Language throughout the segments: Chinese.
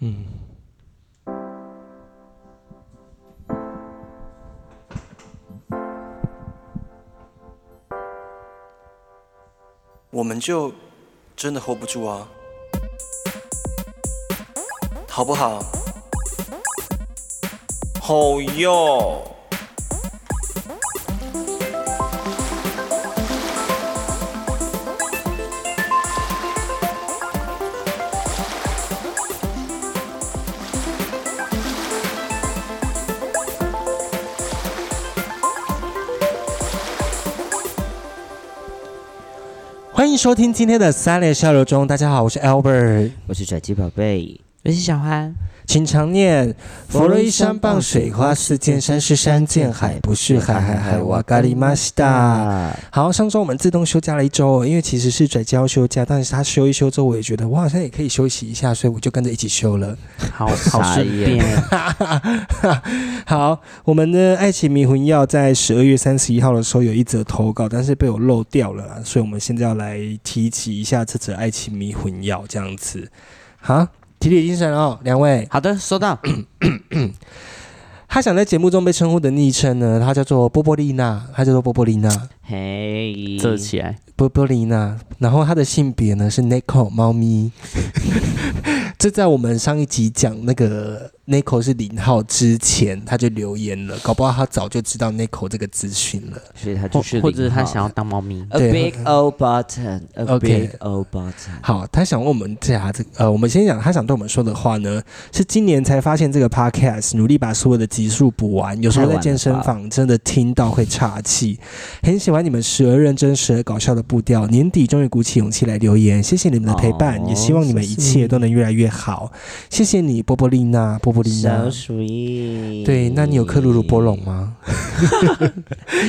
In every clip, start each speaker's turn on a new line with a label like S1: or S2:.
S1: 嗯，
S2: 我们就真的 hold 不住啊，好不好？
S3: 好哟，
S1: 欢迎收听今天的三联交流中，大家好，我是 Albert。
S4: 我是拽鸡宝贝，我是小欢。
S1: 请常念：佛罗伊山傍水花似溅，山是山见海，不是海海海哇咖喱玛西达。好，上周我们自动休假了一周哦，因为其实是拽娇休假，但是他休一休之后，我也觉得我好像也可以休息一下，所以我就跟着一起休了。
S4: 好好
S1: 傻
S4: 顺便，
S1: 好，我们的爱情迷魂药在十二月三十一号的时候有一则投稿，但是被我漏掉了啦，所以我们现在要来提及一下这则爱情迷魂药这样子。好，提提精神哦，两位。
S4: 好的，收到。
S1: 他想在节目中被称呼的昵称呢，他叫做波波丽娜，他叫做波波丽娜，
S4: 嘿，
S5: 这起来，
S1: 波波丽娜。然后他的性别呢是 Nico 猫咪，这在我们上一集讲那个 Nico 是零号之前，他就留言了，搞不好他早就知道 Nico 这个资讯了。
S4: 所以他就
S5: 或
S4: 是
S5: 或者
S4: 零
S5: 他
S4: 号
S5: 想要当猫咪，
S4: a
S1: 对
S4: big O button，a
S1: OK
S4: big O button。
S1: 好，他想问我们这下这呃，我们先讲他想对我们说的话呢，是今年才发现这个 podcast，努力把所有的集数补完，有时候在健身房真的听到会岔气，很喜欢你们时而认真时而搞笑的步调，年底终于鼓起勇气来留言，谢谢你们的陪伴，
S4: 哦
S1: 也希望你们一
S4: 谢
S1: 切都能越来越好，谢谢你，波波丽娜，波波丽
S4: So
S1: 娜。
S4: sweet。
S1: 对，那你有克鲁鲁波龙？吗？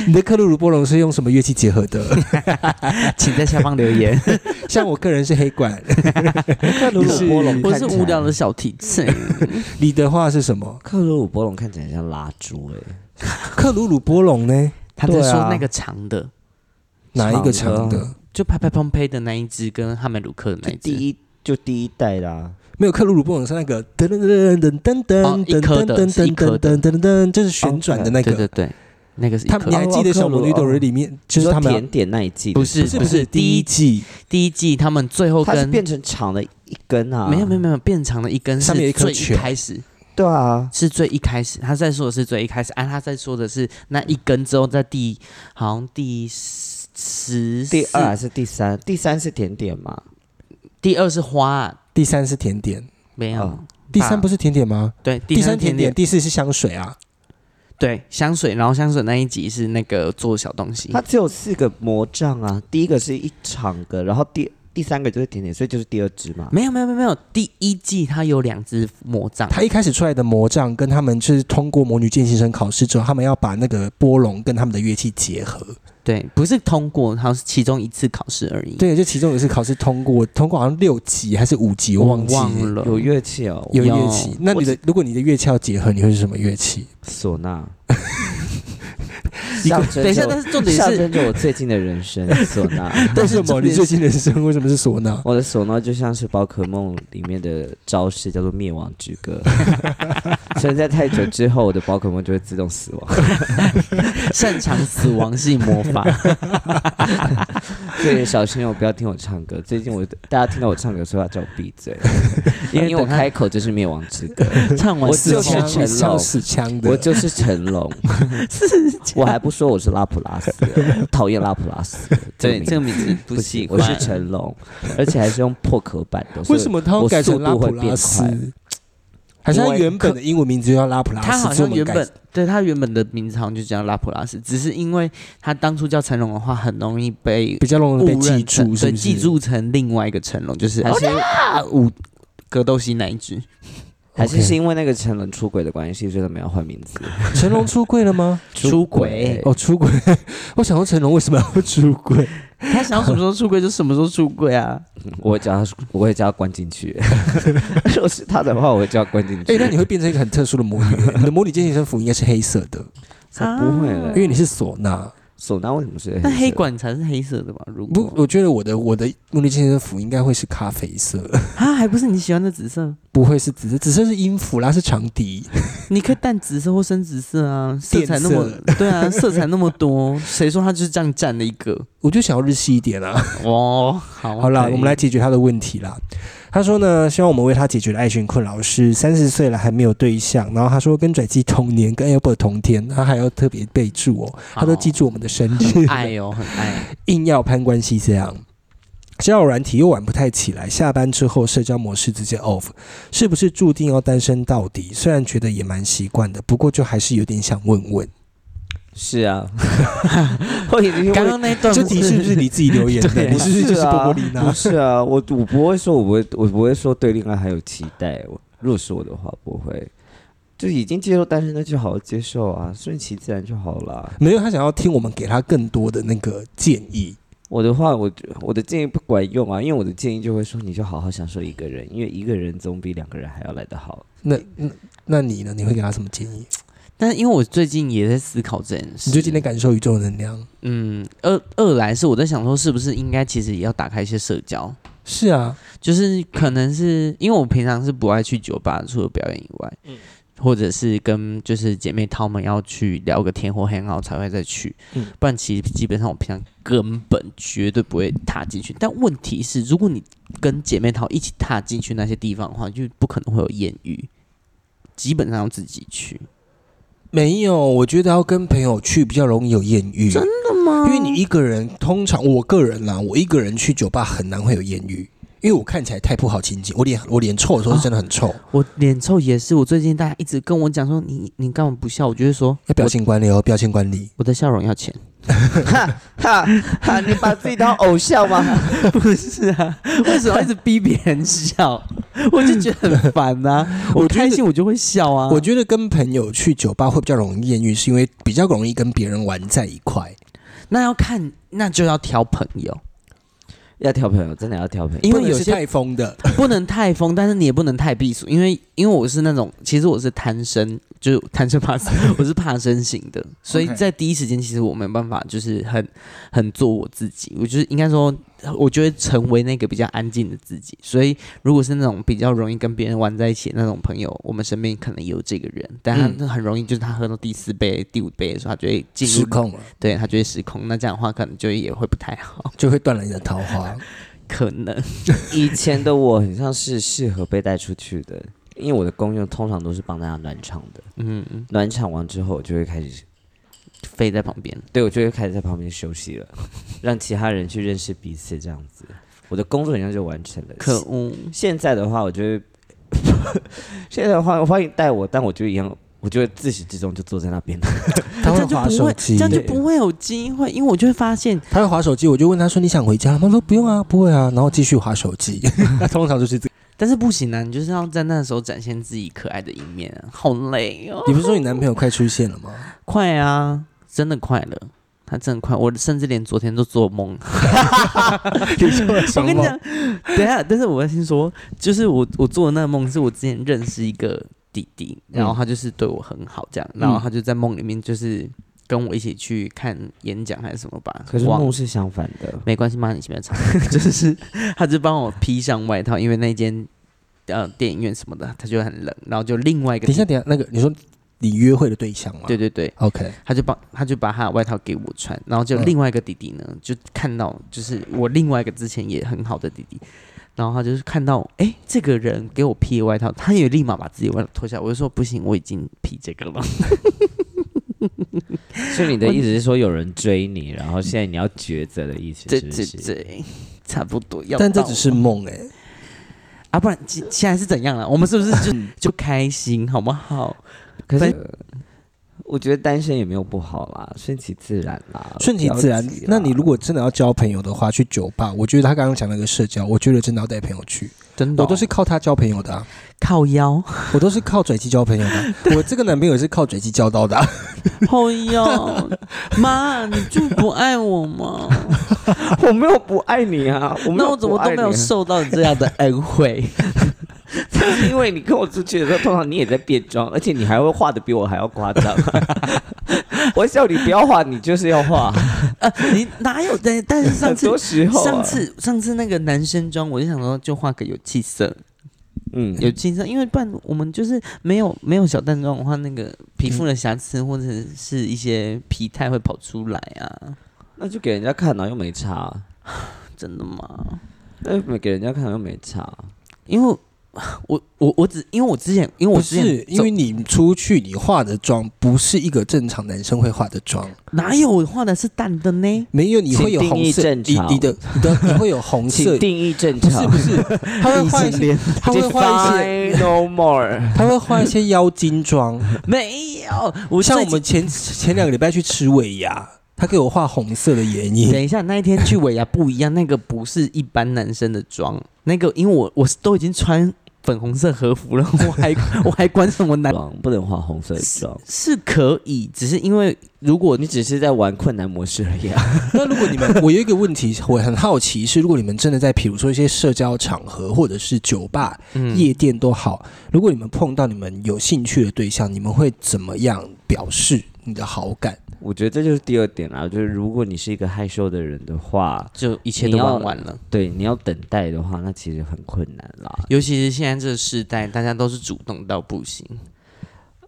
S1: 你的克鲁鲁波龙是用什么乐器结合的？
S4: 请在下方留言。
S1: 像我个人是黑管， 克
S4: 鲁鲁波龙
S5: 我
S4: 看
S5: 是
S4: 起来
S5: 无聊的小提琴，
S1: 你的话是什 么？
S4: 克鲁鲁波龙看起来像蜡烛哎，
S1: 克鲁鲁波龙呢？
S5: 他在
S4: 对啊
S5: 说那个长的，
S1: 哪一个长的？
S5: 就拍拍蓬佩的那一只跟哈梅鲁克的那
S4: 就
S5: 一
S4: 第
S5: 只，
S4: 一就第一代啦。
S1: 没有克鲁鲁波龙是那个噔噔噔噔噔噔噔噔噔噔噔噔噔噔，就是旋转的那
S5: 哦对对
S1: 个。啊
S5: 对，那个是一
S1: 他们
S5: 颗
S1: 你。还记得《小魔女斗罗》里面就
S4: 你
S1: 是
S4: 说
S1: 他们
S4: 甜点那一季的，
S5: 不是
S1: 不是不是第
S5: 第
S1: 一
S5: 一
S1: 季
S5: 第一季他们最后
S4: 它是
S5: 跟
S4: 变成长的一根啊？
S5: 没有没有没有变长的一根是
S1: 上面有一颗
S5: 最
S1: 球
S5: 一开始
S4: 对啊，
S5: 是最一开始，他在说的是最一开始，啊，他在说的是那一根之后，在第好像第十
S4: 第二还
S5: 四
S4: 是第三？第三是甜点嘛？
S5: 第二是花，啊
S1: 第三是甜点，
S5: 没有
S4: 嗯
S1: 第三不是甜点吗？
S5: 对
S1: 第
S5: 第
S1: 三
S5: 三
S1: 甜
S5: 甜
S1: 点，
S5: 点
S1: 第四是香水啊。
S5: 对香水，然后香水那一集是那个做小东西
S4: 它，只有四个魔杖啊，第一个是一长个，然后第第三个就是甜点，所以就是第二只嘛。
S5: 没有没有没有没有，第一季它有两只魔杖，
S1: 他一开始出来的魔杖跟他们就是通过魔女见习生考试之后，他们要把那个波龙跟他们的乐器结合。
S5: 对，不是通过，好像是其中一次考试而已。，
S1: 对，就其中有一次考试通过，通过好像六级还是五级，
S5: 我
S1: 我忘记了。
S5: 忘了。
S4: 有乐器哦，
S1: 有
S5: 有
S1: 乐器。那你的如果你的乐器要结合，你会是什么乐器？
S4: 唢呐。象征着我
S5: 等 一下，但是重点
S4: 象
S5: 是，
S4: 征着我最近的人生，唢 呐。
S1: 为什么
S5: 重
S1: 你
S5: 点
S1: 最
S5: 是
S1: 近人生为什么是唢呐？
S4: 我的唢呐就像是宝可梦里面的招式，叫做灭亡之 歌。所以在太久之后，我的宝可梦就会自动死亡。
S5: 擅长死亡系魔 法。
S4: 所以小心哦，不要听我唱歌。最近我大家听到我唱歌，说要叫我闭 嘴，因为我开口就是灭亡之歌，
S5: 唱完
S4: 我
S5: 死
S4: 就
S5: 亡
S4: 是成龙
S1: 像死枪的。
S4: 我就是成龙。我还不说我是拉普拉斯，讨厌拉普拉斯。
S5: 对
S4: 名字
S5: 这个名字不
S4: 不
S5: 喜
S4: 行，
S5: 欢
S4: 我是成龙，而且还是用破壳版的。所
S1: 为
S4: 以
S1: 什么他要
S4: 我
S1: 改
S4: 速
S1: 成
S4: 度
S1: 拉普
S4: 会变
S1: 拉
S4: 快
S1: 斯？还是他
S4: 因为
S1: 原本的英文名字就叫拉普拉斯？
S5: 他
S1: 所
S5: 好
S1: 以
S5: 像
S1: 我们
S5: 原
S1: 改
S5: 本对他原本的名字好像就叫拉普拉斯，只是因为他当初叫成龙的话，很容易被
S1: 比较容易
S5: 误
S1: 被
S5: 认
S1: 记
S5: 成
S1: 住，是
S5: 对，
S1: 不是
S5: 记。住成另外一个成龙，就是
S4: 还是
S5: 啊武格斗系那一只。
S4: 还是
S1: OK
S4: 是因为那个成龙出轨的关系，所以他们要换名字？
S1: 成龙出柜了吗？
S5: 出轨，
S1: 哦，出轨。 我想说成龙为什么要出轨？
S5: 他想要什么时候出轨就什么时候出轨啊！
S4: 我会叫他，我会叫他关进 去。如果是他的话，我会叫他关进去。
S1: 哎，那你会变成一个很 特殊的魔女。你的魔女见习生服应该是黑色的，
S4: 才不会了
S1: 因。为你是唢呐。
S4: 唢呐为什么是黑色？
S5: 啊那黑管才是黑色的吧？如
S1: 不
S5: 果，
S1: 我觉得我的我的茉莉健身服应该会是咖啡色，
S5: 啊，还不是你喜欢的紫色？
S1: 不会是紫色，紫色是音符啦，是长笛。
S5: 你可以淡紫色或深紫色 啊，色
S1: 电
S5: 彩那么对啊，色彩那么多，谁说它就是这样占的一个？
S1: 我就想要日系一点啊。
S5: 哦，好，
S1: 好啦，
S5: 可以
S1: 我们来解决他的问题啦。他说呢，希望我们为他解决的爱情困扰是三十岁了还没有对象，然后他说跟拽鸡同年，跟 Albert 同天，他还要特别备注哦，他都记住我们的生日，
S5: 好爱哦，很 爱。
S1: 硬要攀关系这样。交友软体又玩不太起来，下班之后社交模式直接 off，是不是注定要单身到底？虽然觉得也蛮习惯的，不过就还是有点想问问，
S4: 是啊，
S1: 哦
S4: 我已经
S5: 刚刚那一段
S1: 这
S5: 不
S1: 题是不是你自己留言的？
S5: 对
S1: 你是不是就是
S4: 啊
S1: 波波丽
S4: 不
S1: 娜？
S4: 是啊，我我不会说我不会我不会说对恋爱还有期待。我如果是我的话，不会，就已经接受单身，那就好好接受啊，顺其自然就好了。
S1: 没有，他想要听我们给他更多的那个建议。
S4: 我的话，我我的建议不管用啊，因为我的建议就会说，你就好好享受一个人，因为一个人总比两个人还要来得好。
S1: 那那那你呢？你会给他什么建议？
S5: 但是因为我最近也在思考这件事，
S1: 你就今天感受宇宙能量？
S5: 嗯，二二来是我在想说，是不是应该其实也要打开一些社交，
S1: 是啊，
S5: 就是可能是因为我平常是不爱去酒吧，除了表演以外，或者是跟就是姐妹她们要去聊个天或很好才会再去，
S1: 嗯
S5: 不然其实基本上我平常根本绝对不会踏进去。但问题是，如果你跟姐妹淘一起踏进去那些地方的话，就不可能会有艳遇，基本上要自己去。
S1: 没有，我觉得要跟朋友去比较容易有艳遇。真的吗？因为你一个人，通常我个人啦，我一个人去酒吧很难会有艳遇，因为我看起来太不好亲近，我脸我脸臭的时候是真的很臭，
S5: 我脸臭也是，我最近大家一直跟我讲说你你干嘛不笑，我就会说
S1: 要表情管理哦，表情管理。
S5: 我的笑容要钱。
S4: 哈哈哈！你把自己当偶像吗？
S5: 不是啊，为什么要一直逼别人笑？我就觉得很 烦呐、
S1: 觉
S5: 我
S1: 得
S5: 开心我就会笑啊。
S1: 我觉得跟朋友去酒吧会比较容易艳遇，是因为比较容易跟别人玩在一块。
S5: 那要看，那就要挑朋友，
S4: 要挑朋友，真的要挑朋友。
S1: 因
S5: 为有些
S1: 太疯的，
S5: 不能太疯，但是你也不能太避暑，因为因为我是那种，其实我是贪生，就是贪生怕死， 我是怕生型的，所以
S1: OK
S5: 在第一时间其实我没办法，就是很很做我自己，我就是应该说，我就会成为那个比较安静的自己。所以如果是那种比较容易跟别人玩在一起的那种朋友，我们身边可能有这个人，但他很容易就是他喝到第四杯、第五杯的时候，他就会进入
S1: 失，控了
S5: 对他就会失控。那这样的话，可能就也会不太好，
S1: 就会断了你的桃花。
S5: 可能
S4: 以前的我很像是适合被带出去的，因为我的功用通常都是帮大家暖场的。
S5: 嗯嗯，
S4: 暖场完之后，我就会开始，
S5: 飞在旁边。
S4: 对我就会开始在旁边休息了， 让其他人去认识彼此，这样子，我的工作很像就完成了。
S5: 可恶，
S4: 现在的话，我就会， 现在的话欢迎带我，但我就一样，我就会自始至终就坐在那边。
S1: 他
S5: 这
S1: 会
S5: 样就
S1: 划
S5: 不
S1: 手
S5: 会，
S1: 机，
S5: 这样就不会有机会，因为我就会发现，
S1: 他会划手机，我就问他说：“你想回家吗？”他说：“不用啊，不会啊。”然后继续划手机。 他通常就是这个。
S5: 但是不行啊，你就是要在那时候展现自己可爱的一面啊，好累哦，
S1: 你不是说你男朋友快出现了 吗？
S5: 快啊，真的快了。他真的快，我甚至连昨天都做梦。
S1: 你说了什
S5: 我跟你讲， 等一下，但是我要先说，就是我我做的那个梦，是我之前认识一个弟弟，然后他就是对我很好这样，然后他就在梦里面就是跟我一起去看演讲还是什么吧。
S4: 可是
S5: 忘了
S4: 梦是相反的，
S5: 没关系，妈，你前面唱， 就是他就帮我披上外套，因为那间呃电影院什么的，他就很冷，然后就另外一个，
S1: 等一下，，等一下，那个你说你约会的对象吗？
S5: 对对对，
S1: ，OK，
S5: 他就帮他就把他的外套给我穿，然后就
S1: 嗯
S5: 另外一个弟弟呢，就看到就是我另外一个之前也很好的弟弟，然后他就是看到哎、诶这个人给我披的外套，他也立马把自己的外套脱下来，我就说不行，我已经披这个了，
S4: 所以你的意思是说有人追你，然后现在你要抉择的意思
S5: 这
S4: 是不
S5: 这
S4: 是？
S5: 这差不多要到
S1: 但
S5: 了，
S1: 这只是梦哎、
S5: 啊，不然现现在是怎样了？我们是不是就 就开心好不好？
S4: 可是
S5: 分
S4: 呃我觉得单身也没有不好啦，顺其自然啦，
S1: 顺其自然
S4: 不要急啦。
S1: 那你如果真的要交朋友的话，去酒吧，我觉得他刚刚讲那个社交，我觉得真的要带朋友去。
S5: 真的哦、
S1: 我都是靠他交朋友的啊、
S5: 靠腰，
S1: 我都是靠拽机交朋友的啊、我这个男朋友也是靠拽机交到的啊、
S5: 靠腰，妈，你就不爱我吗？
S4: 我没有不爱你啊，我没
S5: 那
S4: 有
S5: 我怎么
S4: 不爱
S5: 都没有
S4: 你啊，
S5: 受到你这样的恩惠？
S4: 因为你跟我出去的时候，通常你也在变装，而且你还会画的比我还要夸张。我叫你不要画，你就是要 画。
S5: 呃你哪有？但但是上
S4: 很
S5: 次
S4: 多时候、啊，
S5: 上次上次那个男生装，我就想说就画个有气色，
S4: 嗯，
S5: 有气色，因为不然我们就是没有没有小淡妆的话，那个皮肤的瑕疵或者是一些疲态会跑出来啊，
S4: 那就给人家看啊，又没差，
S5: 真的吗？
S4: 那没给人家看又没差。
S5: 因为我我我只因为我之前因为我
S1: 不
S5: 之前
S1: 是因为你出去你化的妆不是一个正常男生会化的妆，
S5: 哪有我画的是淡的呢？
S1: 没有你会有
S4: 请定义
S1: 红色，
S4: 正
S1: 你
S4: 常
S1: 你 的你的你会有红色
S4: 请，定义正
S1: 不是
S4: 常，
S1: 不是， 他会画一些，他会画一些，
S4: Define no more。
S1: 他会画一些妖 精妆，
S5: 没有，我
S1: 像
S5: 最
S1: 我们前前两个礼拜去吃尾牙，他给我画红色的眼影，
S5: 等一下，那一天去尾牙不一样，那个不是一般男生的妆，那个因为我我是都已经穿粉红色和服了，我 还我还管什么男？
S4: 妆不能画红色的妆，
S5: 是可以，只是因为如果
S4: 你只是在玩困难模式而已、 啊。
S1: 那如果你们，我有一个问题，我很好奇是，如果你们真的在，比如说一些社交场合，或者是酒吧、
S5: 嗯
S1: 夜店都好，如果你们碰到你们有兴趣的对象，你们会怎么样表示你的好感？
S4: 我觉得这就是第二点啦，就是如果你是一个害羞的人的话，
S5: 就一切都
S4: 你要
S5: 玩完了，
S4: 对，你要等待的话，那其实很困难啦。
S5: 尤其是现在这个时代，大家都是主动到不行，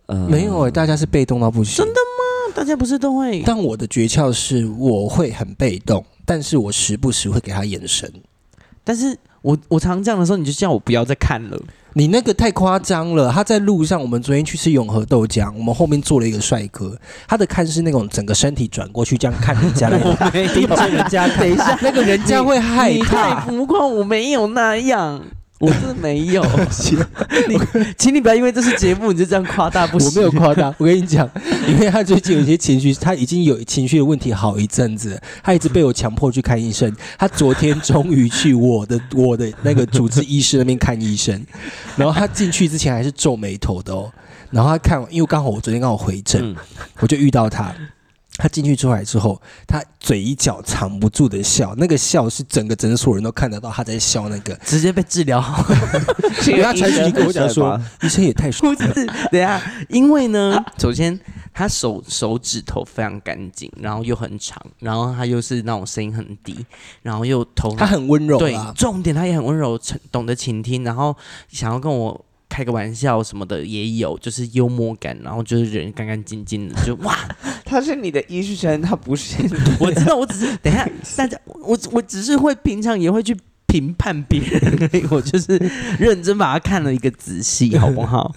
S4: 呃，
S1: 没有、欸，大家是被动到不行。真的？
S5: 那大家不是都会
S1: 但我的诀窍是，我会很被动，但是我时不时会给他眼神。
S5: 但是我我常这样的时候，你就叫我不要再看 了。
S1: 你那个太夸张了。他在路上，我们昨天去吃永和豆浆，我们后面坐了一个帅哥，他的看是那种整个身体转过去这样看人 家的，盯着人家看，那个人家会害
S5: 啊你太
S1: 怕。
S5: 浮夸，我没有那样。我真的没 有，你请你不要因为这是节目你就这样夸大不
S1: 我
S5: 行。
S1: 没有夸大，我跟你讲， 因为他最近有一些情绪，他已经有情绪的问题好一阵子了，他一直被我强迫去看医生。他昨天终于去我的我的那个主治医师那边看医生，然后他进去之前还是皱眉头的哦。然后他看完，因为刚好我昨天刚好回诊，
S4: 嗯
S1: 我就遇到他。他进去出来之后，他嘴一角藏不住的笑，那个笑是整个诊所人都看得到他在笑。那个
S5: 直接被治 疗好。
S1: 因为他传讯息跟我讲
S4: 这个
S1: 说
S4: 医生，
S1: 医生也太帅
S5: 不是，等一下，啊因为呢，首先他手手指头非常干净，然后又很长，然后他又是那种声音很低，然后又头
S1: 他很温柔
S5: 对
S1: 啊，，
S5: 重点他也很温柔，沉懂得倾听，然后想要跟我。开个玩笑什么的也有，就是幽默感，然后就是人干干净净的，就 哇，
S4: 他是你的医生，他不是你
S1: 啊
S5: 我知道，我只是等一下，大家，我我只是会平常也会去评判别人而已，我就是认真把它看了一个仔细，好不 好？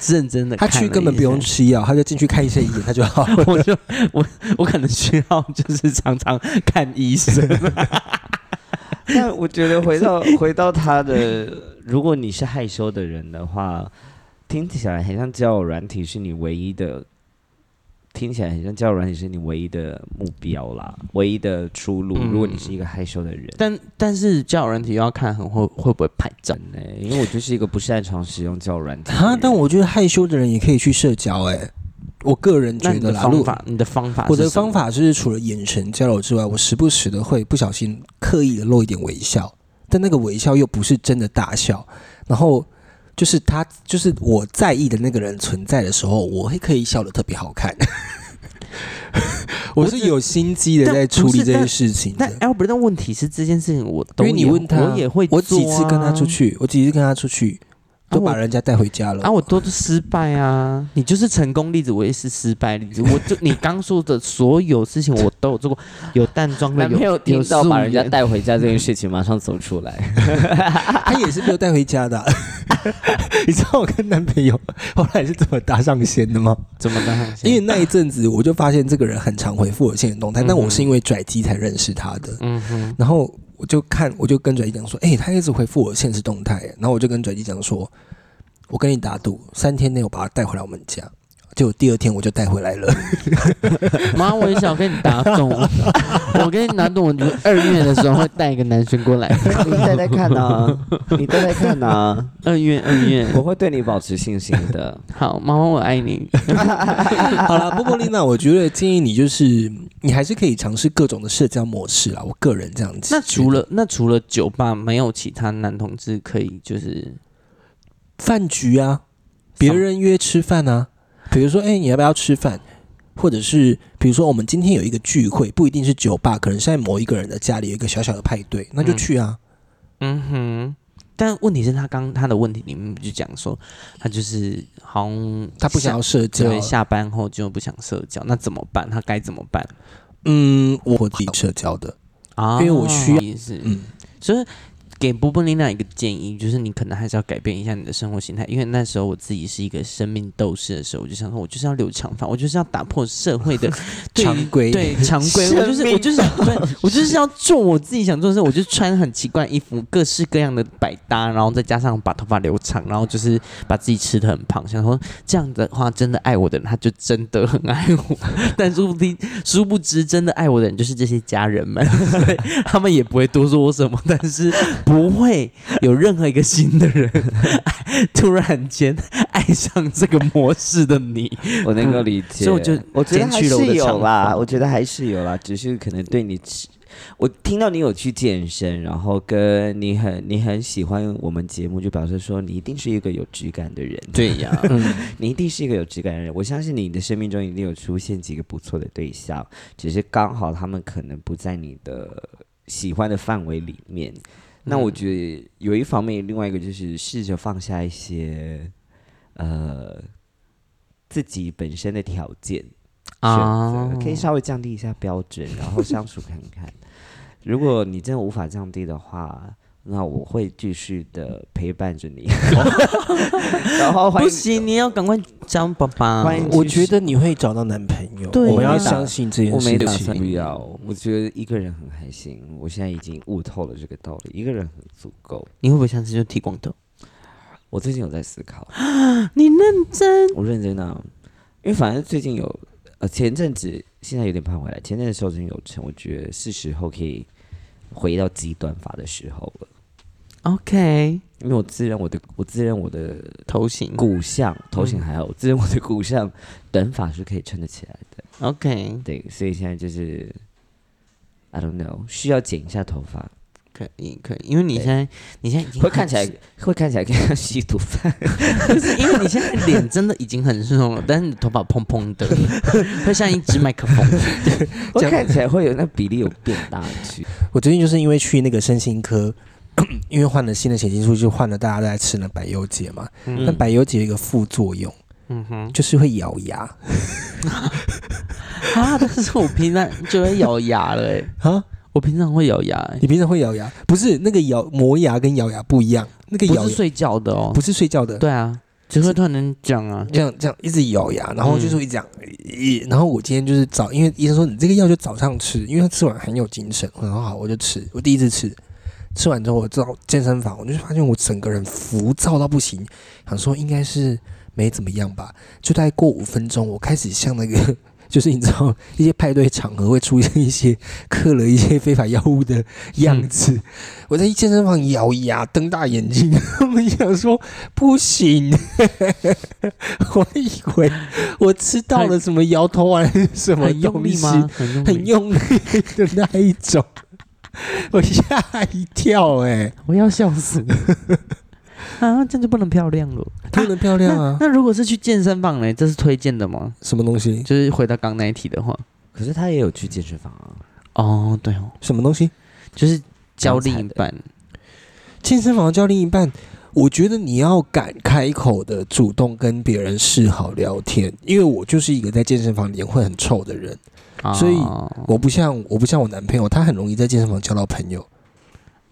S5: 是认真的，
S1: 他去根本不用，吃药，他就进去看医生一眼他就好。
S5: 我就我我可能需要就是常常看医生，
S4: 但我觉得回到回到他的，如果你是害羞的人的话，听起来很像交友软体是你唯一的，听起来很像交友软体是你唯一的目标啦，唯一的出路。
S5: 嗯
S4: 如果你是一个害羞的人，
S5: 但但是交友软体又要看很会会不会拍照，
S4: 真的欸因为我就是一个不擅长使用交友软体的
S1: 啊
S4: 人，
S1: 但我觉得害羞的人也可以去社交、欸，我个人
S5: 那
S1: 觉
S5: 你
S1: 得
S5: 的
S1: 啦，如
S5: 方
S1: 果
S5: 法，你的方法，
S1: 我的方，法就是除了眼神交流之外，我时不时的会不小心刻意的露一点微笑，但那个微笑又不是真的大笑。然后就是他，就是我在意的那个人存在的时候，我会可以笑得特别好看。 我是有心机的在处理这件事情的
S5: 但，Albert 的问题是这件事情我都
S1: 因为
S5: 也，
S1: 你问他，
S5: 我也会做啊，
S1: 我几次跟他出去，我几次跟他出去，
S5: 啊
S1: 都
S5: 我
S1: 把人家带回家了。
S5: 啊，我多失败啊！你就是成功例子，我也是失败例子。我就你刚说的所有事情，我都有做过，有淡妆的，
S4: 男
S5: 有
S4: 朋友听到
S5: 有素
S4: 把人家
S5: 颜
S4: 带回家这件事情，马上走出来。
S1: 他也是被我带回家的 啊、你知道我跟男朋友后来是怎么搭上线的吗？
S5: 怎么的？
S1: 因为那一阵子我就发现这个人很常回复我现实动态，
S5: 嗯哼
S1: 但我是因为拽机才认识他的。
S5: 嗯哼，
S1: 然后我就看，我就跟拽机讲说，哎、他一直回复我现实动态，然后我就跟拽机讲说，我跟你打赌，三天内我把他带回来我们家。结果第二天我就带回来了，
S5: 妈，我也想跟你打赌， 我跟你打赌，我觉得二月的时候会带一个男生过来。
S4: 你带带看啊， 你带带看啊，
S5: 二月，二月，
S4: 我会对你保持信心的。
S5: 好，妈妈我爱你。
S1: 好啦，不过丽娜，我觉得建议你就是，你还是可以尝试各种的社交模式啦。我个人这样子。
S5: 那除了那除了酒吧，没有其他男同志可以就是
S1: 饭局啊，别人约吃饭啊，比如说，哎、你要不要吃饭？或者是比如说我们今天有一个聚会，不一定是酒吧，可能是在某一个人的家里有一个小小的派对，那就去啊。
S6: 嗯哼。但问题是他刚他的问题里面就讲说，他就是好像
S1: 他不想要社交，啊
S6: 对下班后就不想社交，那怎么办？他该怎么办
S1: 嗯，我自己社交的，
S6: 啊
S1: 因为我需要
S6: 要是
S1: 嗯，
S6: 就是给波波琳娜一个建议，就是你可能还是要改变一下你的生活心态，因为那时候我自己是一个生命斗士的时候，我就想说，我就是要留长发，我就是要打破社 会的对于
S1: 常规
S6: 对 常规，我就是我就是想对，我就是要做我自己想做的事，我就穿很奇怪的衣服，各式各样的百搭，然后再加上把头发留长，然后就是把自己吃的很胖，想说这样的话，真的爱我的人他就真的很爱我， 但殊不知殊不知真的爱我的人就是这些家人们， 所以他们也不会多说我什么，但是不会有任何一个新的人 突然间爱上这个模式的你。
S4: 我能够理解，
S6: 嗯所以我就
S4: 我觉得还
S6: 剪去了我
S4: 是
S6: 的
S4: 有
S6: 长
S4: 啦，
S6: 发
S4: 我觉得还是有啦，只是可能对你吃，我听到你有去健身，然后跟你很你很喜欢我们节目，就表示说你一定是一个有质感的人，
S6: 对呀、
S4: 你一定是一个有质感的人。我相信你的生命中一定有出现几个不错的对象，只是刚好他们可能不在你的喜欢的范围里面。那
S6: 嗯
S4: 我觉得有一方面，另外一个就是试着放下一些，呃，自己本身的条件
S6: 啊
S4: 选择，可以稍微降低一下标准，然后相处看看。如果你真的无法降低的话，那我会继续的陪伴着 你。 然后欢
S6: 不
S4: 迎
S6: 行，你要赶快交爸爸。
S4: 欢迎
S1: 我觉得你会找到男朋友，
S6: 对
S1: 我们要
S6: 啊
S1: 相信这件
S4: 我没
S1: 事
S4: 打
S1: 情
S4: 算。不要，我觉得一个人很开心。我现在已经悟透了这个道理，一个人很足够。
S6: 你会不会下次就剃光头？
S4: 我最近有在思考，
S6: 啊你认真？
S4: 我认真啊，因为反正最近有，呃，前阵子现在有点胖回来，前阵子瘦身有成，我觉得是时候可以回到极端法的时候了。
S6: OK，
S4: 因为我自认我的，我自认我的
S6: 头型
S4: 骨相头型还好，我自认我的骨相短发是可以撑得起来的。
S6: OK，
S4: 对，所以现在就是，I don't know，需要剪一下头发，
S6: 可以可以，因为你
S4: 对
S6: 现在你现在已经
S4: 会看起来会看起来跟 吸毒犯。
S6: 很， 因为你现在脸真的已经很松了，但是你头发蓬蓬 的，会像一只麦克风。
S4: 我看起来会有那比例有变大去。
S1: 我最近就是因为去那个身心科， 因为换了新的血清素，就换了大家都在吃的百忧解嘛。那
S6: 嗯
S1: 百忧解有一个副作用，
S6: 嗯哼，
S1: 就是会咬牙
S6: 啊，但是我平常就会咬牙了、欸，
S1: 啊！
S6: 我平常会咬牙、欸，
S1: 你平常会咬牙？不是那个咬磨牙跟咬牙不一样，那个咬
S6: 不是
S1: 牙
S6: 睡觉的哦
S1: 不。是睡觉的，
S6: 对啊，只会突然间讲啊，
S1: 这样这样一直咬牙，然后就是会讲、咦然后我今天就是早，因为医生说你这个药就早上吃，因为他吃完很有精神，然后好我就吃，我第一次吃，吃完之后我到健身房，我就发现我整个人浮躁到不行，想说应该是没怎么样吧，就大概过五分钟，我开始像那个。 就是你知道一些派对场合会出现一些嗑了一些非法药物的样子，
S6: 嗯
S1: 我在健身房咬牙瞪大眼睛， 我们想说不行， 我以为我吃到了什么摇头丸什么
S6: 很用
S1: 东
S6: 力
S1: 西，
S6: 吗？很用力，
S1: 很用力的那一种， 我吓一跳哎、
S6: 我要笑死了 啊！这样就不能漂亮了。
S1: 不能漂亮啊！
S6: 那那如果是去健身房呢？这是推荐的吗？
S1: 什么东西？
S6: 就是回到刚那一题的话，
S4: 可是他也有去健身房啊，
S6: 哦，对哦，
S1: 什么东西？
S6: 就是交另一半，
S1: 健身房教另一半，我觉得你要敢开口的，主动跟别人示好聊天，因为我就是一个在健身房脸会很臭的人，
S6: 哦
S1: 所以我不像我不像我男朋友，他很容易在健身房交到朋友，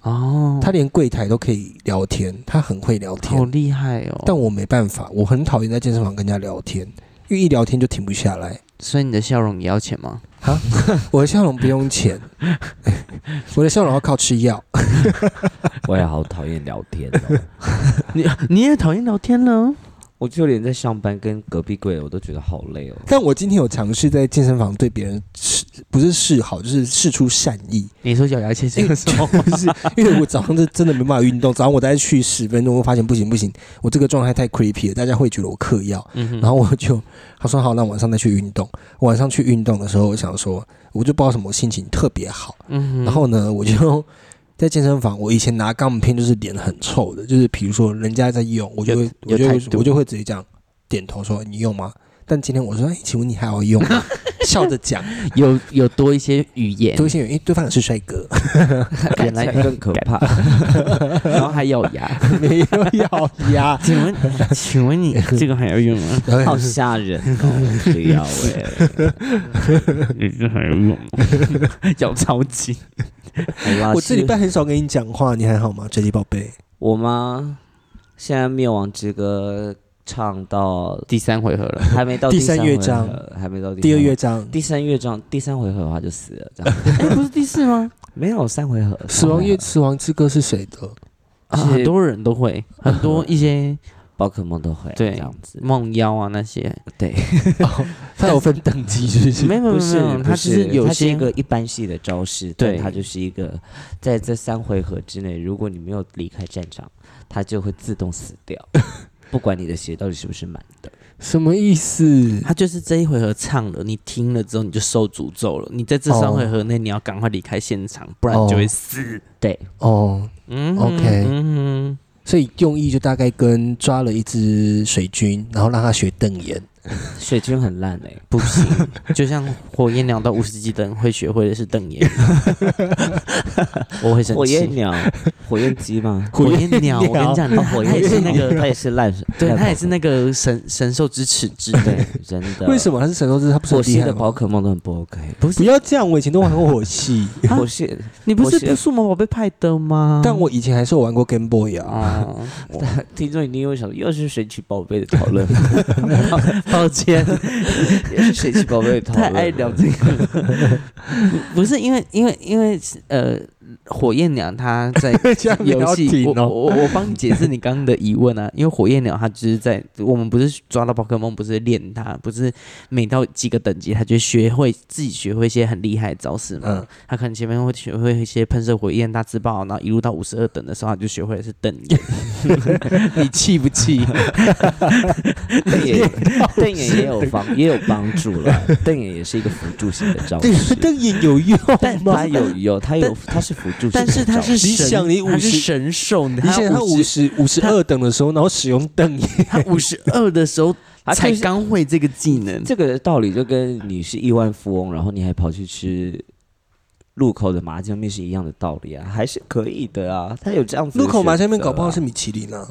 S6: 哦，
S1: 他连柜台都可以聊天，他很会聊
S6: 好
S1: 天，
S6: 厉害哦。
S1: 但我没办法，我很讨厌在健身房跟人家聊天，因为一聊天就停不下来。
S6: 所以你的笑容也要钱吗？
S1: 我的笑容不用钱， 我的笑容要靠吃药。
S4: 我也好讨厌聊天哦。
S6: 你你也讨厌聊天了？
S4: 我就连在上班跟隔壁柜我都觉得好 累哦。
S1: 但我今天有尝试在健身房对别人示，不是示好，就是示出善意，
S6: 你说咬 牙切齿的时候，
S1: 就是因为我早上是真的没办法运动，早上我大概去十分钟，我发现不行不行，我这个状态太 creepy 了，大家会觉得我嗑药，
S6: 然
S1: 然后我就他说好，那晚上再去运动。晚上去运动的时候，我想说，我就不知道什么心情特别好，
S6: 嗯
S1: 然后呢，我就。在健身房，我以前拿钢片就是脸很臭的，就是比如说人家在用，我就会
S6: 有
S1: 我就
S6: 态
S1: 会
S6: 度
S1: 我就会直接这样点头说你用吗？但今天我说，哎，请问你还好用吗？笑着 讲，
S6: 有有多一些语言，
S1: 多一些原因，哎对方也是帅哥，
S6: 原来
S4: 来更可怕。
S6: 然后还咬牙。
S1: 没有咬牙，
S6: 请问，请问 你这个还要用吗？
S4: 好吓人哦！这要 哎，
S6: 你这还要用吗？ 咬超紧。
S4: 好啦
S1: 我这礼拜很少跟你讲话，你还好吗，杰里宝贝？
S4: 我吗？现在《灭亡之歌》唱到
S6: 第三回合了，
S4: 还没 到
S1: 第
S4: 三
S1: 三乐章
S4: 回合，还没到
S1: 第二
S4: 三
S1: 乐章，
S4: 第三乐章第三回合的话就死了，这样
S6: 哎，不是第四吗？
S4: 没有三回合。
S1: 死亡乐死亡之歌是谁的？
S6: 啊
S4: 是
S6: 很多人都会，很多一些
S4: 宝可梦都会
S6: 对
S4: 这样子，
S6: 梦妖啊那 些，
S4: 对，
S1: 它哦有分等级，是不是？
S6: 没有没有
S4: 不
S6: 没
S4: 是
S6: 有，，嗯它
S4: 不
S6: 只是
S4: 是
S6: 有
S4: 它是
S6: 些
S4: 一个一般系的招式，
S6: 对
S4: 但它就是一个在这三回合之内，如果你没有离开战场，它就会自动死掉，不管你的血到底是不是满的。
S1: 什么意思？
S6: 他就是这一回合唱了，你听了之后你就受诅咒了。你在这三回合内，你要赶快离开现场，不然你就会死。
S4: 对，
S1: 哦，
S6: 嗯哼
S1: OK
S6: 嗯
S1: 所以用意就大概跟抓了一只水军，然后让它学瞪眼。
S4: 水军很烂哎、
S6: 哼，不行，就像火焰鸟到五十级等会学会的是瞪眼， 我会生
S4: 火焰
S6: 气。
S4: 鸟，火焰鸡吗？
S6: 火焰鸟，我跟你讲，
S4: 哦火
S6: 它
S4: 焰
S6: 也是那
S4: 鸡
S6: 个，
S4: 它也是烂，
S6: 对，它也是
S4: 那
S6: 那个神神兽之齿之类
S4: 对，真的。
S1: 为什么它是神兽之？它不是
S4: 火
S1: 很厉
S4: 系
S1: 害
S4: 的
S1: 吗
S4: 宝可梦都很不 OK？
S6: 不
S1: 不
S6: 是，
S1: 要这样，我以前都玩过火 系，
S4: 火系，
S6: 你不是
S4: 我是
S6: 不数码宝贝派的吗？
S1: 但我以前还是有玩过 Game Boy 啊。
S6: 啊，
S4: 听众一定会想，又是神奇宝贝的讨论，
S6: 抱歉，
S4: 又是神奇宝贝的讨
S6: 太
S4: 论，
S6: 爱聊这个， 不是因为因为因为呃，火焰鸟它 在
S1: 这样
S6: 游戏，我
S1: 停
S6: 我我我帮你解释你刚刚的疑问啊，因为火焰鸟它就是在我们不是抓到宝可梦，不是练它，不是每到几个等级，它就学会自己学会一些很厉害的招式嘛。
S1: 嗯
S6: 它可能前面会学会一些喷射火焰、大自爆，然后一路到五十二等的时候，它就学会的是瞪 眼。你气不气？
S4: 瞪眼，瞪眼也有帮，也有帮助了。瞪眼也是一个辅助型的招
S1: 对，
S4: 式，
S1: 瞪眼有用
S6: 但
S1: 吗
S4: 它？ 有有它有它是辅助型的招式，
S6: 啊但是它是
S1: 你
S6: 神
S1: 想你
S6: 它是
S1: 50
S6: 神兽，你
S1: 以前他五十五十二等的时候，然后使用瞪眼，
S6: 他五十二 的时候
S4: 它
S6: 才
S4: 就是
S6: 刚会这个技能，
S4: 这个道理就跟你是亿万富翁，然后你还跑去吃路口的麻酱面是一样的道理啊，还是可以的啊。他有这样子的
S1: 路口麻酱
S4: 选
S1: 面
S4: 择
S1: 搞
S4: 啊
S1: 不好是米其林啊。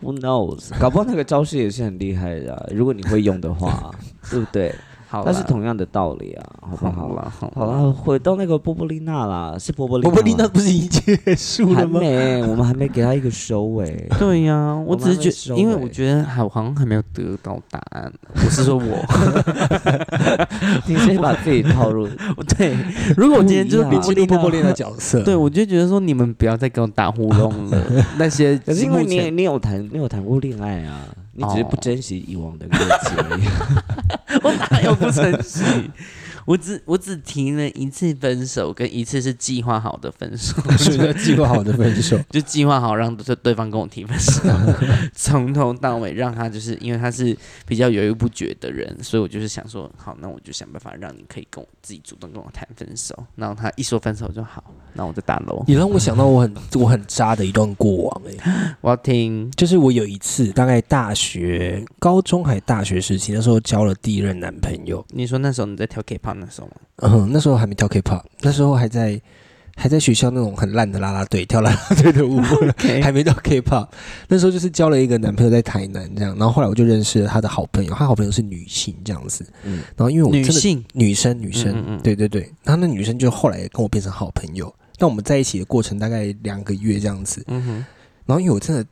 S4: Who knows？搞不好那个招式也是很厉害的啊、如果你会用的话，对不对？
S6: 好
S4: 它
S6: 但
S4: 是
S6: 是同
S4: 同样的道理啊，好不
S6: 好
S4: 好？
S6: 了，好
S4: 好
S6: 了，
S4: 了，回到那个波波丽娜啦，是波波丽
S1: 我
S4: 娜吗，
S1: 不，你那不是已经结束
S4: 还
S1: 了吗？
S4: 没，我们还没给他一个收尾。
S6: 对呀、我只
S4: 慢慢
S6: 是觉
S4: 收
S6: 因为
S4: 尾
S6: 我觉得好好像还没有得到答 案，我是说我，
S4: 你先把自己套入，
S6: 对，如果我今天就是
S4: 不一
S1: 你
S4: 样啊
S6: 比
S1: 进入
S6: 基尼
S1: 波波
S6: 波
S1: 恋的角 色，
S6: 对，我就觉得说你们不要再给我打呼 弄了，那些
S4: 可是因为
S6: 目
S4: 你也
S6: 前
S4: 你有谈你有谈过恋爱啊，你只是不
S6: 哦
S4: 珍惜以往的日子而已。
S6: 我哪有 不珍惜？我只我只提了一次分手，跟一次是计划好的分手，
S1: 所以要计划好的分手。
S6: 就计划好让对对方跟我提 分手，从头到尾让他就是因为他是比较犹豫不决的人，所以我就是想说，好，那我就想办法让你可以跟我自己主动跟我谈分手。然后他一说分手就好，那我就打楼，
S1: 你让我想到我很我很渣的一段过往哎、
S6: 我要听
S1: 就是我有一次大概大学、高中还大学时期，那时候交了第一任男朋友，
S6: 你说那时候你在跳 K-pop 那时候吗？
S1: 嗯，那时候还没跳 K-pop，那时候还在还在学校那种很烂的啦啦队跳啦啦队的 舞，还没到 K-pop。那时候就是交了一个男朋友在台南这样，然后后来我就认识了他的好朋友，他好朋友是女性这样子，
S4: 嗯
S1: 然后因为我真
S6: 女
S1: 的
S6: 性
S1: 女生，女生，
S6: 嗯嗯嗯
S1: 对对对。然后那女生就后来跟我变成好朋友。那我们在一起的过程大概两个月这样子。
S6: 嗯哼，
S1: 然后因为我真的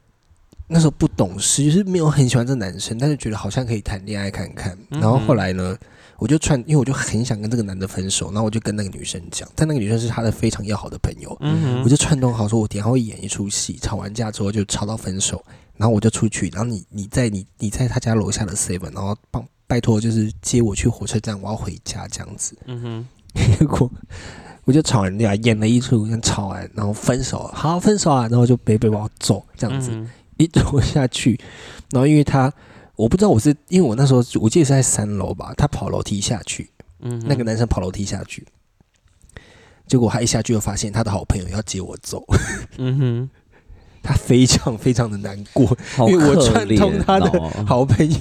S1: 那时候不懂事，就是没有很喜欢这男生，但是觉得好像可以谈恋爱看看。
S6: 嗯哼
S1: 然后后来呢，我就传，因为我就很想跟这个男的分手，然后我就跟那个女生讲，但那个女生是他的非常要好的朋友，
S6: 嗯哼，
S1: 我就串通好说，我等一下会演一出戏，吵完架之后就吵到分手，然后我就出去，然后你你在你你在他家楼下的 seven，然后帮拜托就是接我去火车站，我要回家这样子。
S6: 嗯哼，
S1: 结果我就吵人家，演了一出，跟吵完，然后分手了，好分手啊，然后就背背包走这
S6: 这
S1: 样子，一走下去，然后因为他我不知道我是因为我那时候我记得是在三楼吧，他跑楼梯下去，
S6: 嗯哼，
S1: 那个男生跑楼梯下去，结果他一下去就发现他的好朋友要接我走，
S6: 嗯哼，
S1: 他非常非常的难 过，
S4: 好
S1: 因为我
S4: 可
S1: 串
S4: 怜
S1: 通他的
S4: 哦
S1: 好朋友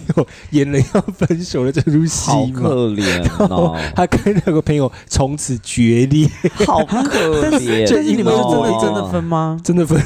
S1: 演了要分手的这出戏
S4: 好
S1: 嘛，
S4: 可怜哦，
S1: 他跟那个朋友从此决裂，
S4: 好可怜哦。
S1: 但
S6: 但是你们是真的真的分吗？
S1: 真的分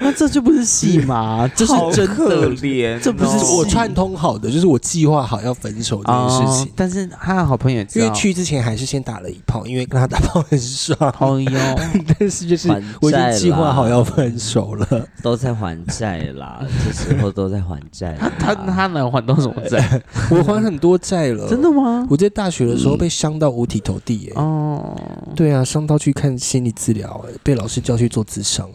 S6: 那这就不是戏嘛，这是
S4: 好
S6: 真
S4: 可
S6: 的
S4: 怜哦，
S6: 这不是
S1: 就是
S6: 戏
S1: 我串通好的，就是我计划好要分手这件事
S6: 哦
S1: 情。
S6: 但是他的好朋友也知
S1: 因
S6: 道
S1: 为去之前还是先打了一炮，因为跟他打炮很爽，
S6: 哦哟，
S1: 但是就是
S4: 还
S1: 我已
S4: 债
S1: 经计划
S4: 啦
S1: 好要分手了。
S4: 都在还债啦，这时候都在还债啦。
S6: 他他能还到什么债？
S1: 我还很多债了，
S6: 真的。吗？嗯
S1: 我在大学的时候被伤到五体投地耶、
S6: 哦，
S1: 对啊，伤到去看心理治疗、欸，被老师叫去做智商。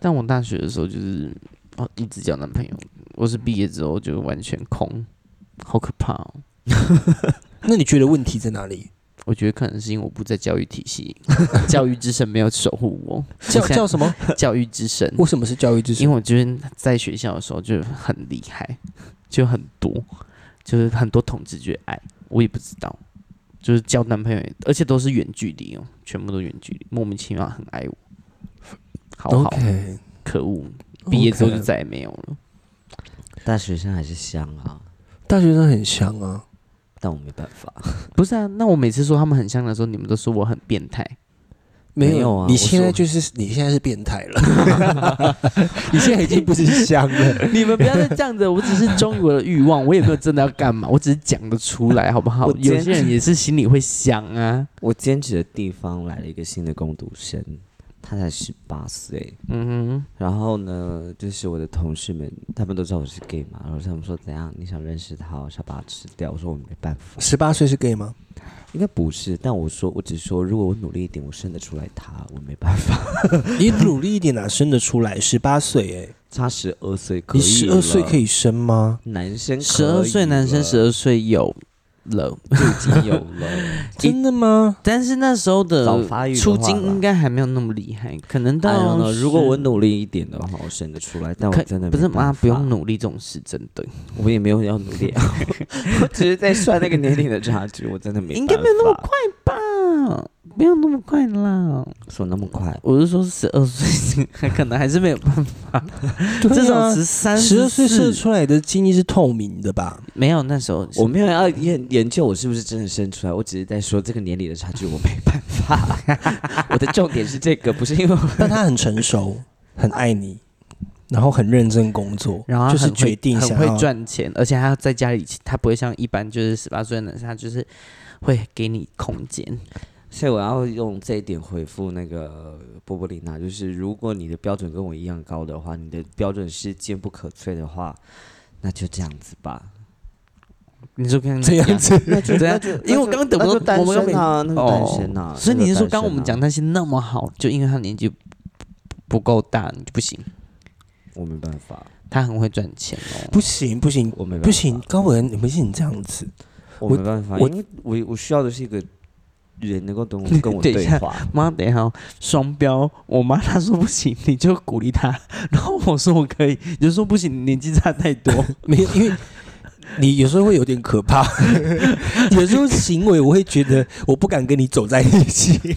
S6: 但我大学的时候就是哦，一直交男朋友，我是毕业之后就完全空，好可怕哦。
S1: 那你觉得问题在哪里？
S6: 我觉得可能是因为我不在教育体系，教育之神没有守护我。
S1: 叫
S6: 我现在嗯
S1: 叫什么？
S6: 教育之神，
S1: 为什么是教育智
S6: 因
S1: 商？
S6: 为我觉得在学校的时候就很厉害，就很多，就是很多同志觉得爱，我也不知道，就是交男朋友也，而且都是远距离哦，全部都远距离，莫名其妙很爱我，好好
S1: OK，
S6: 可恶，毕业之后就
S1: OK
S6: 再也没有了。
S4: 大学生还是香啊，
S1: 大学生很香啊。
S4: 但我没办法。
S6: 不是啊，那我每次说他们很像的时候，你们都说我很变态，
S1: 没
S4: 没有啊
S1: 你
S4: 我
S1: 现在
S4: 说
S1: 就是你现在是变态了， 你现在已经不是香 了。
S6: 你们不要再这样子，我只是忠于我的欲望，我也没有真的要干 嘛，我只是讲得出来，好不好
S4: 我？
S6: 有
S4: 坚
S6: 些人也是心里会想啊，
S4: 我兼职的地方来了一个新的工读生，他才十八岁。
S6: 嗯
S4: 然后呢，就是我的同事们，他们都知道我是 gay 嘛，然后他们说怎样，你想认识他，我想把他吃掉。我说我没办法，
S1: 十八岁是 gay 吗？
S4: 应该不是，但我说我只说如果我努力一点，我生得出来他，我没办法。
S1: 你努力一点啊，生得出来。十八岁哎，
S4: 差十二岁可以，
S1: 你十二岁可，以生吗？
S4: 男生可以
S6: 哼，十二岁男生十
S4: 了
S6: 二岁有了。
S4: 就已经有了，
S1: 真的吗？
S6: 但是那时候的
S4: 早发育的
S6: 出
S4: 话
S6: 金
S4: 啦
S6: 应该还没有那么厉害，可能
S4: 当然
S6: 到
S4: 了，哎如果我
S6: 是
S4: 努力一点的话，我生得出来，但我
S6: 可
S4: 真的
S6: 不
S4: 没
S6: 是
S4: 办
S6: 妈
S4: 法
S6: 不用，努力这种事，真的
S4: 我也没有要努力啊， 我只是在算那个年龄的差距，我真的没
S6: 应该
S4: 办
S6: 没有那么
S4: 法
S6: 快吧？没有那么快啦，
S4: 说那么快，
S6: 我是说十二岁 可能还是没有办法，
S4: 啊
S6: 至少十三、
S1: 啊十二岁射
S6: 是
S1: 出来的精液是透明的吧？
S6: 没有那时候
S4: 我没有要研研究我是不是真的生出来，我只是在说这个年龄的差距我没办法。 我的重点是这个，不是因为我
S1: 但他很成 熟，很爱你，然后很认真工作，
S6: 然后他
S1: 就是
S6: 很会
S1: 决定
S6: 很
S1: 想
S6: 会
S1: 要。
S6: 赚钱，而且他在家里他不会像一般就是十八岁的男生，他就是会给你空间。
S4: 所以我要用这一点回复那个波波琳娜，就是如果你的标准跟我一样高的话，你的标准是坚不可摧的话，那就这样子吧。
S6: 你就跟
S1: 这样子，
S4: 那就
S6: 对啊
S4: 那就
S6: 因为我刚刚等不到
S4: 那就单
S6: 我们
S4: 身啊，那就单
S6: 哦
S4: 身啊。
S6: 所以
S4: 那
S6: 你
S4: 就是
S6: 说，
S4: 单
S6: 刚刚我
S4: 身
S6: 们
S4: 啊
S6: 讲，那些那么好，就因为他年纪不不够大，你就不行。
S4: 我没办法，
S6: 他很会赚钱哦，
S1: 不行不行
S4: 我没办法
S1: 不行，高文，你不行你这样子，
S4: 我
S1: 我
S4: 没办法，
S1: 我
S4: 因为我我需要的是一个人能够 懂跟我
S6: 等一
S4: 对
S6: 下
S4: 话。
S6: 妈等一下哦，双标。我妈她说不行，你就鼓励她， 然后我说我可以，你就说不行，你年纪差太多。
S1: 没有，因为你有时候会有点可怕，有时候行为我会觉得我不敢跟你走在一起。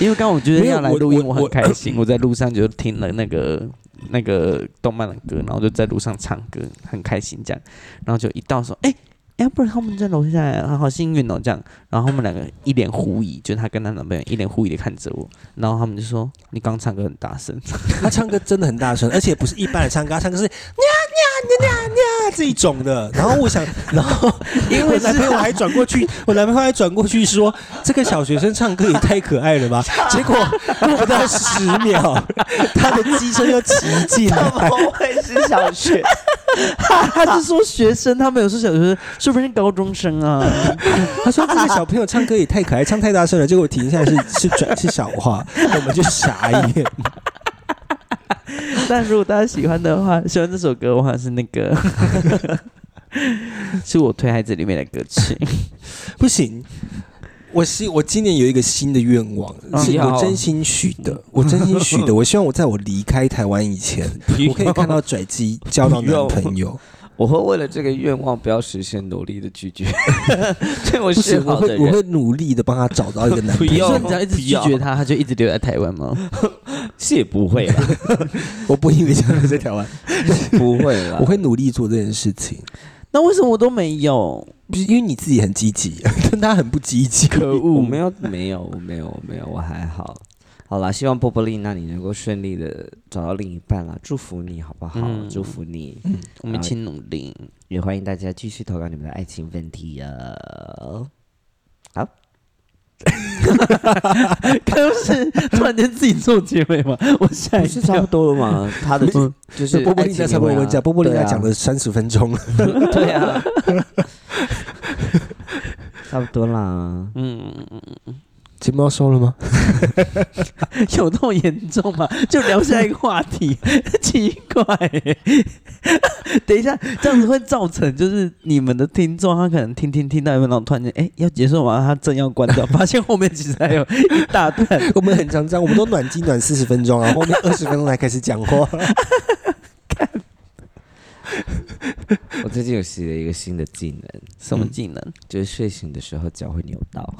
S6: 因为刚刚我觉得
S1: 没有
S6: 要来
S1: 我
S6: 录音，
S1: 我我
S6: 我很开心。我在路上就听了那个那个动漫的歌，然后就在路上唱歌，很开心这样。然后就一到说，哎、哎，不然他们在楼下，啊好幸运哦这样。然后他们两个一脸狐疑，就是她跟她男朋友一脸狐疑的看着我。然后他们就说，你刚唱歌很 大声，
S1: 他唱歌真的很大声，而且不是一般的唱歌，他唱歌是呀呀呀呀呀这一种的。然后我想，然后因为我男朋友还转过去，我男朋友还转过去说，这个小学生唱歌也太可爱了吧。结果过到十秒，他的机车又骑进来，
S6: 他是说学生，他没有说小学生，说不定是高中生啊。
S1: 他说这个小朋友唱歌也太可爱，唱太大声了。结果停下来是是转是小花， 我们就傻眼。
S6: 但如果大家喜欢的话，喜欢这首歌的话是那 个，是我推孩子里面的歌曲。
S1: 不行。我希我今年有一个新的愿望，
S6: 嗯
S1: 是
S6: 要
S1: 我真心许的，我真心许的。我希望我在我离开台湾 以前，我可以看到拽鸡交到男朋友。
S4: 我会为了这个愿望不要实现努力的拒绝，对我
S1: 不
S4: 是
S1: 行，我
S4: 好的
S1: 会我
S4: 人。
S1: 会努力的帮他找到一个男朋
S4: 不
S1: 友。
S4: 要
S6: 所以你只要一直拒
S4: 不要
S6: 绝他，他就一直留在台湾吗？
S4: 是也不会啦，
S1: 我不因为这样在台湾，
S4: 不会啦
S1: 我。会努力做这件事情，
S6: 那为什么我都没有？
S1: 不是因为你自己很积极， 但他很不积极，可
S4: 我没有，没有，我没有，我没有，我还好。好啦，希望波波丽娜你能够顺利的找到另一半啦，祝福你好不好？
S6: 嗯
S4: 祝福你，
S6: 我们一起努力。
S4: 也欢迎大家继续投稿你们的爱情问题啊呀、
S6: 刚是突然间自己做结尾吗？ 我吓
S4: 不
S6: 一
S4: 是差
S6: 跳
S4: 不。多了吗？他的就是
S1: 波波
S4: 嗯爱
S1: 丽
S4: 情
S1: 娜差不多
S4: 问
S1: 问
S4: 啊
S1: 讲，波波丽
S4: 对啊
S1: 娜讲了三十分钟，
S4: 对 啊，差不多啦。
S6: 嗯，
S1: 节目要收了吗？
S6: 有那么严重吗？就聊下一个话题， 奇怪 欸、等一下，这样子会造成就是你们的听众，他可能听听听到一半，然后突然间哎、要结束完，他正要关 掉，发现后面其实还有一大 段。
S1: 我们很常这样，我们都暖机暖四十分钟啊，后 面二十分钟才开始讲话。
S4: 我最近有学了一个新的技能，
S6: 什么技能？
S4: 就是睡醒的时候脚会扭 到。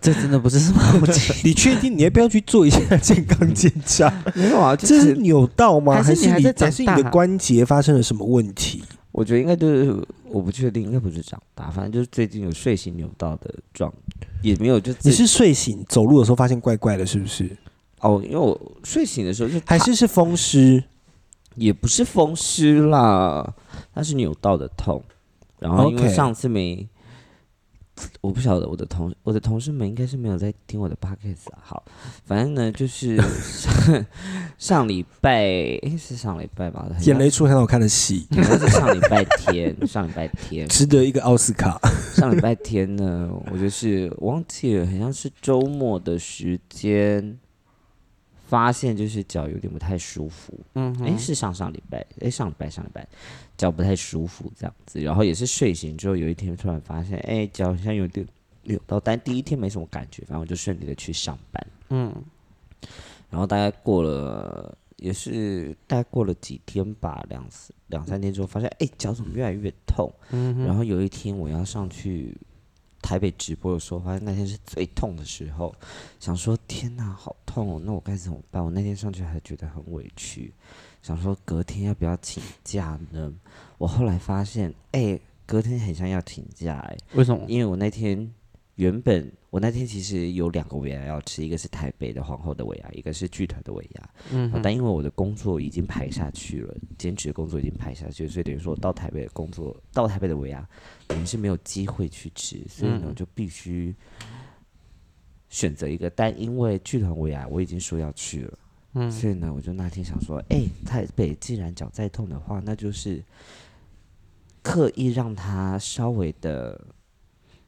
S6: 这真的不是什么好技
S1: 你确定你要不要去做一下健康检查？
S4: 没有啊， 就
S1: 这是
S4: 是
S1: 扭到吗？
S6: 还是
S1: 是
S6: 你还在长
S1: 还是你的
S6: 大
S1: 关节发生了什么问题？
S4: 我觉得应该就是我不确定，应该不是长大，反正就是最近有睡醒扭到的状，也没有就自
S1: 你是睡醒走路的时候发现怪怪的，是不是？
S4: 哦，因为我睡醒的时候就
S1: 还
S4: 躺
S1: 是是风湿？
S4: 也不是风湿啦，它是扭到的痛。然后因为
S1: OK
S4: 上次没我不晓得我的同我的同事们应该是没有在听我的 podcast 啊。好，反正呢就是上 上礼拜诶是上礼拜吧，
S1: 演了一出很好看的戏，
S4: 好像是上礼拜天，上礼拜天，
S1: 值得一个奥斯卡。
S4: 上礼拜天呢，我就是我忘记了，好像是周末的时间，发现就是脚有点不太舒服。
S6: 嗯
S4: 哎、是上上礼拜，哎、上礼拜上礼拜脚不太舒服这样子，然后也是睡醒之后有一天突然发现，哎、脚好像有点扭到，但第一天没什么感觉，反正我就顺利的去上班，
S6: 嗯，
S4: 然后大概过了也是大概过了几天吧，两三两三天之后发现，哎、脚怎么越来越痛，
S6: 嗯
S4: 然后有一天我要上去。台北直播的时候，发现那天是最痛的时候，想说天哪，好痛哦！那我该怎么办？我那天上去还觉得很委屈，想说隔天要不要请假呢？我后来发现，哎、隔天很像要请假、哎，
S6: 为什么？
S4: 因为我那天原本我那天其实有两个尾牙要吃，一个是台北的皇后的尾牙，一个是剧团的尾牙。
S6: 嗯
S4: 但因为我的工作已经排下去了，兼职的工作已经排下去了，所以等于说我到台北的工作，到台北的尾牙，我们是没有机会去吃，所以呢，
S6: 嗯
S4: 我就必须选择一个。但因为剧团尾牙我已经说要去了，
S6: 嗯
S4: 所以呢，我就那天想说，哎、台北既然脚再痛的话，那就是刻意让它稍微的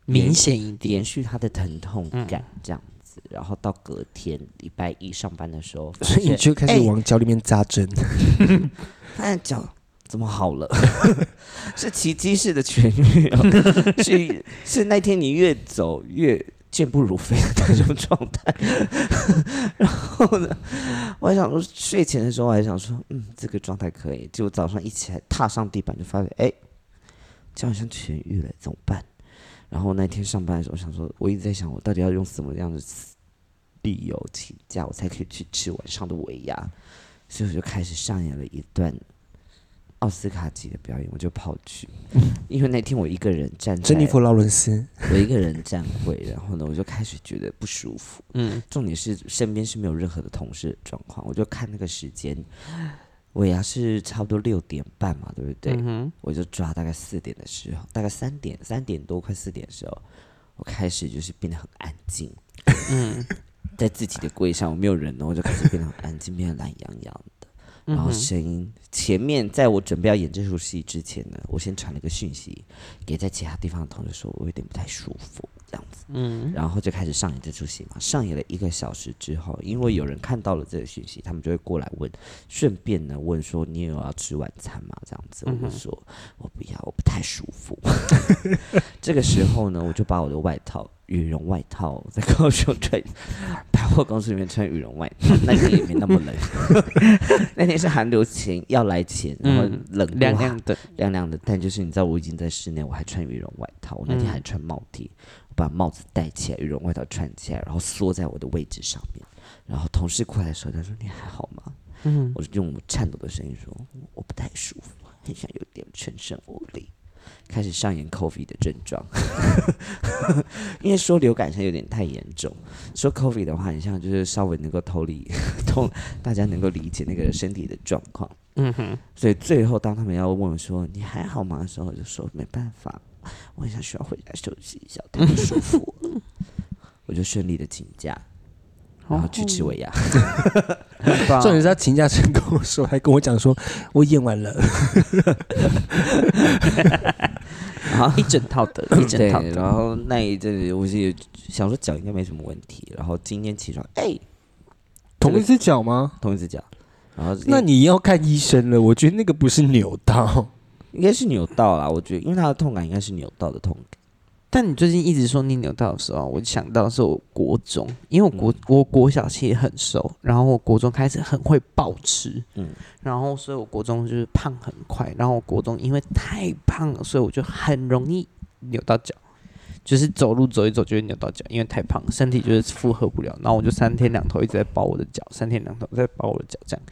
S6: 明显一点
S4: 延，续它的疼痛感，这样子。然后到隔天礼拜一上班的时候，发
S1: 所以你
S4: 现
S1: 就开始往脚里面扎针，
S4: 发现脚怎么好了？ 是奇迹式的痊愈、哦， 是是那天你越走越健步如飞的那种状态。 然后呢，我还想说睡前的时候我还想说，嗯，这个状态可以。结果早上一起来踏上地板就发现，哎，脚好像痊愈了，怎么办？然后那天上班的时候，我想说，我一直在想，我到底要用什么样的理由请假，我才可以去吃晚上的尾牙？所以我就开始上演了一段奥斯卡级的表演，我就跑去， 因为那天我一个人站在
S1: 珍妮弗·劳伦斯。
S4: 我一个人站会，然后呢，我就开始觉得不舒服。
S6: 嗯，
S4: 重点是身边是没有任何的同事的状况，我就看那个时间，尾牙是差不多六点半嘛，对不对？
S6: 嗯
S4: 我就抓大概四点的时候，大概三点三点多快四点的时候，我开始就是变得很安静，
S6: 嗯，
S4: 在自己的柜上，我没有人哦，我就开始变得很安静，变得懒洋洋的。
S6: 嗯
S4: 然后声音前面，在我准备要演这出戏之前呢，我先传了个讯息给在其他地方的同事，说我有点不太舒服这样子。嗯，然后就开始上演这出戏嘛。上演了一个小时之后，因为有人看到了这个讯息，他们就会过来问，顺便呢问说你有要吃晚餐吗？这样子，我就说、我不要，我不太舒服。 这个时候呢，我就把我的外套。羽绒外套在高雄穿，百货公司里面穿羽绒外套，那天也没那么冷， 那天是寒流前要来前，然后
S6: 嗯
S4: 冷
S6: 亮
S4: 度
S6: 亮的，
S4: 凉凉的，但就是你知道，我已经在室内，我还穿羽绒外套，我那天还穿帽 T，、我把帽子戴起来，羽绒外套穿起来，然后缩在我的位置上面，然后同事过来的时候，他说：“你还好吗？”
S6: 嗯，
S4: 我就用我颤抖的声音说：“我不太舒服，很像有点全身无力。”开始上演 COVID 的症状， 因为说流感是有点太严重，说 COVID 的话，很像就是稍微能够同 理，同大家能够理解那个身体的状况。
S6: 嗯哼，
S4: 所以最后当他们要问我说“你还好吗”的时候，我就说没办法，我很想需要回家休息一下，我太不舒 服了。我就顺利的请假，然后去
S6: 哦
S4: 吃尾 牙。
S6: 很棒
S1: 重点是他请假成功的时候还跟我讲说，我演完了，
S6: 一整套的，一整
S4: 对
S6: 套，的。
S4: 然后那一阵子我是也想说脚应该没什么问题，然后今天起床，哎、
S1: 同一只脚吗？
S4: 同一只脚，然后
S1: 那你要看医生了，我觉得那个不是扭到，
S4: 应该是扭到啦，我觉得，因为它的痛感应该是扭到的痛感。
S6: 但你最近一直说你扭到的时候，我想到是我国中，因为我国、我国小其实很瘦，然后我国中开始很会暴吃，
S4: 嗯
S6: 然后所以我国中就是胖很快，然后我国中因为太胖了，所以我就很容易扭到脚，就是走路走一走就会扭到脚，因为太胖，身体就是负荷不了，然后我就三天两头一直在包我的脚，三天两头在包我的脚这样，